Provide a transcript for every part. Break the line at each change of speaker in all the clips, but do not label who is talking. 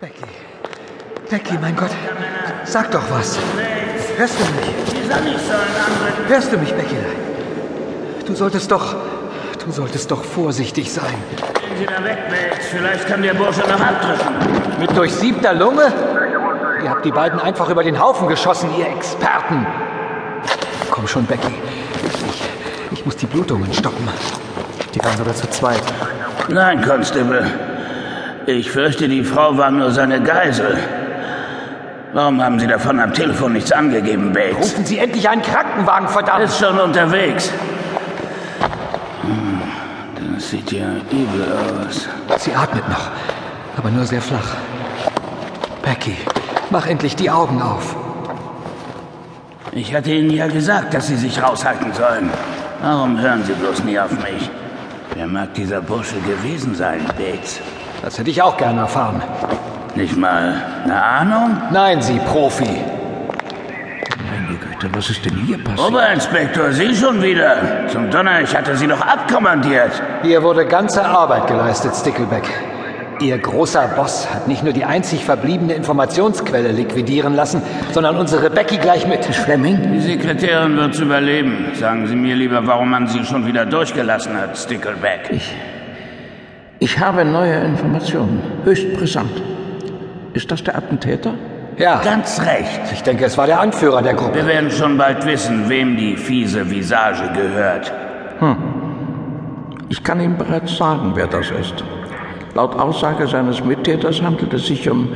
Becky. Becky, mein Gott. Sag doch was. Hörst du mich?
Wie soll ich so einen anderen?
Hörst du mich, Becky? Du solltest doch. Du solltest doch vorsichtig sein.
Gehen Sie da weg, Bates. Vielleicht kann der Bursche noch abdrücken.
Mit durchsiebter Lunge? Ihr habt die beiden einfach über den Haufen geschossen, ihr Experten. Komm schon, Becky. Ich, ich muss die Blutungen stoppen.
Die waren sogar zu zweit.
Nein, Constable. Ich fürchte, die Frau war nur seine Geisel. Warum haben Sie davon am Telefon nichts angegeben, Bates?
Rufen Sie endlich einen Krankenwagen, verdammt!
Ist schon unterwegs. Hm, Das sieht ja übel aus.
Sie atmet noch, aber nur sehr flach. Becky, mach endlich die Augen auf.
Ich hatte Ihnen ja gesagt, dass Sie sich raushalten sollen. Warum hören Sie bloß nie auf mich? Wer mag dieser Bursche gewesen sein, Bates?
Das hätte ich auch gerne erfahren.
Nicht mal eine Ahnung?
Nein, Sie Profi.
Meine Güte, was ist denn hier passiert?
Oberinspektor, Sie schon wieder. Zum Donner, ich hatte Sie doch abkommandiert.
Hier wurde ganze Arbeit geleistet, Stickleback. Ihr großer Boss hat nicht nur die einzig verbliebene Informationsquelle liquidieren lassen, sondern unsere Becky gleich mit.
Fleming?
Die Sekretärin wird's überleben. Sagen Sie mir lieber, warum man Sie schon wieder durchgelassen hat, Stickleback.
Ich habe neue Informationen. Höchst brisant. Ist das der Attentäter?
Ja,
Ganz recht.
ich denke, es war der Anführer der Gruppe.
Wir werden schon bald wissen, wem die fiese Visage gehört.
Ich kann Ihnen bereits sagen, wer das ist. Laut Aussage seines Mittäters handelt es sich um,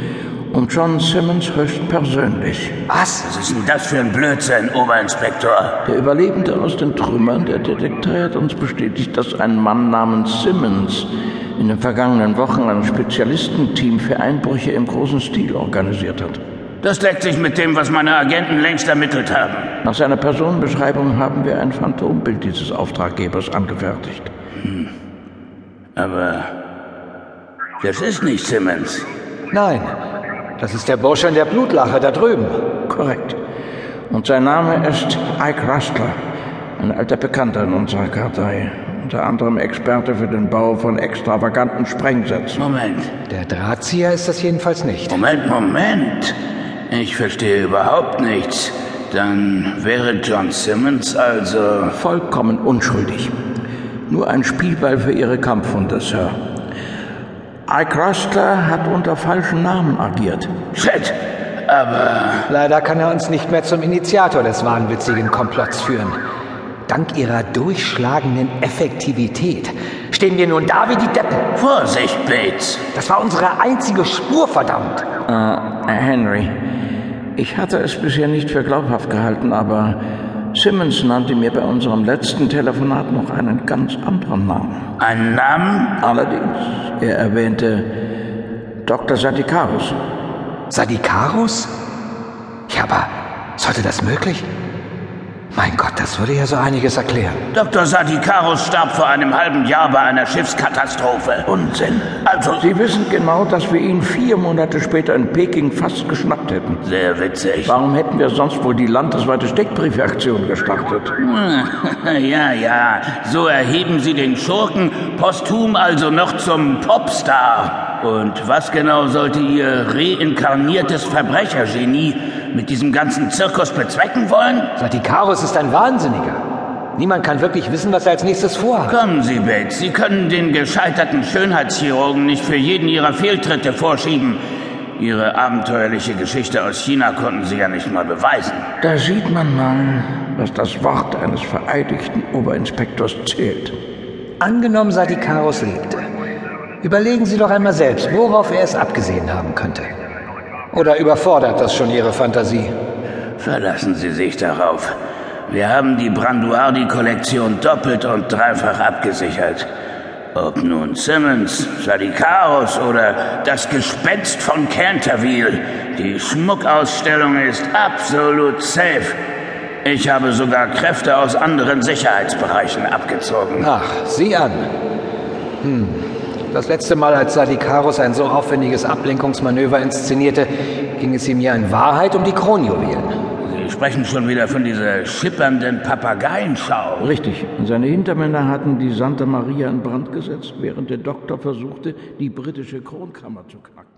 um John Simmons höchstpersönlich.
Was?
Was ist denn das für ein Blödsinn, Oberinspektor?
Der Überlebende aus den Trümmern, der Detektor hat uns bestätigt, dass ein Mann namens Simmons in den vergangenen Wochen ein Spezialistenteam für Einbrüche im großen Stil organisiert hat.
Das deckt sich mit dem, was meine Agenten längst ermittelt haben.
Nach seiner Personenbeschreibung haben wir ein Phantombild dieses Auftraggebers angefertigt.
Aber das ist nicht Simmons.
Nein, das ist der Bursche in der Blutlache da drüben.
Korrekt. Und sein Name ist Ike Rustler, ein alter Bekannter in unserer Kartei. Unter anderem Experte für den Bau von extravaganten Sprengsätzen.
Moment,
Der Drahtzieher ist das jedenfalls nicht.
Moment, Moment. Ich verstehe überhaupt nichts. Dann wäre John Simmons also...
Vollkommen unschuldig. Nur ein Spielball für ihre Kampfhunde, Sir. Ike Rustler hat unter falschem Namen agiert.
Shit! Aber
Leider kann er uns nicht mehr zum Initiator des wahnwitzigen Komplotts führen. Dank ihrer durchschlagenden Effektivität stehen wir nun da wie die Deppen.
Vorsicht, Bates.
Das war unsere einzige Spur, verdammt.
Äh, Henry, ich hatte es bisher nicht für glaubhaft gehalten, aber Simmons nannte mir bei unserem letzten Telefonat noch einen ganz anderen Namen.
Ein Name?
Allerdings, er erwähnte Dr. Sadikarus.
Sadikarus? Ja, aber sollte das möglich? Mein Gott, das würde ja so einiges erklären.
Dr. Sadikarus starb vor einem halben Jahr bei einer Schiffskatastrophe.
Unsinn.
Also,
Sie wissen genau, dass wir ihn vier Monate später in Peking fast geschnappt hätten.
sehr witzig.
Warum hätten wir sonst wohl die landesweite Steckbriefaktion gestartet?
Ja, ja, so erheben Sie den Schurken posthum also noch zum Popstar. Und was genau sollte Ihr reinkarniertes Verbrechergenie mit diesem ganzen Zirkus bezwecken wollen?
Sadikarus ist ein Wahnsinniger. Niemand kann wirklich wissen, was er als nächstes vorhat.
Kommen Sie, Bates, Sie können den gescheiterten Schönheitschirurgen nicht für jeden Ihrer Fehltritte vorschieben. Ihre abenteuerliche Geschichte aus China konnten Sie ja nicht mal beweisen.
Da sieht man mal, dass das Wort eines vereidigten Oberinspektors zählt.
Angenommen, Sadikarus lebte. Überlegen Sie doch einmal selbst, worauf er es abgesehen haben könnte. Oder überfordert das schon Ihre Fantasie?
Verlassen Sie sich darauf. Wir haben die Branduardi-Kollektion doppelt und dreifach abgesichert. Ob nun Simmons, Sadikaros oder das Gespenst von Canterville, die Schmuckausstellung ist absolut safe. Ich habe sogar Kräfte aus anderen Sicherheitsbereichen abgezogen.
Ach, sieh an. Hm. Das letzte Mal, als Sadikarus ein so aufwendiges Ablenkungsmanöver inszenierte, ging es ihm ja in Wahrheit um die Kronjuwelen.
Sie sprechen schon wieder von dieser schippernden Papageienschau.
Richtig. Und seine Hintermänner hatten die Santa Maria in Brand gesetzt, während der Doktor versuchte, die britische Kronkammer zu knacken.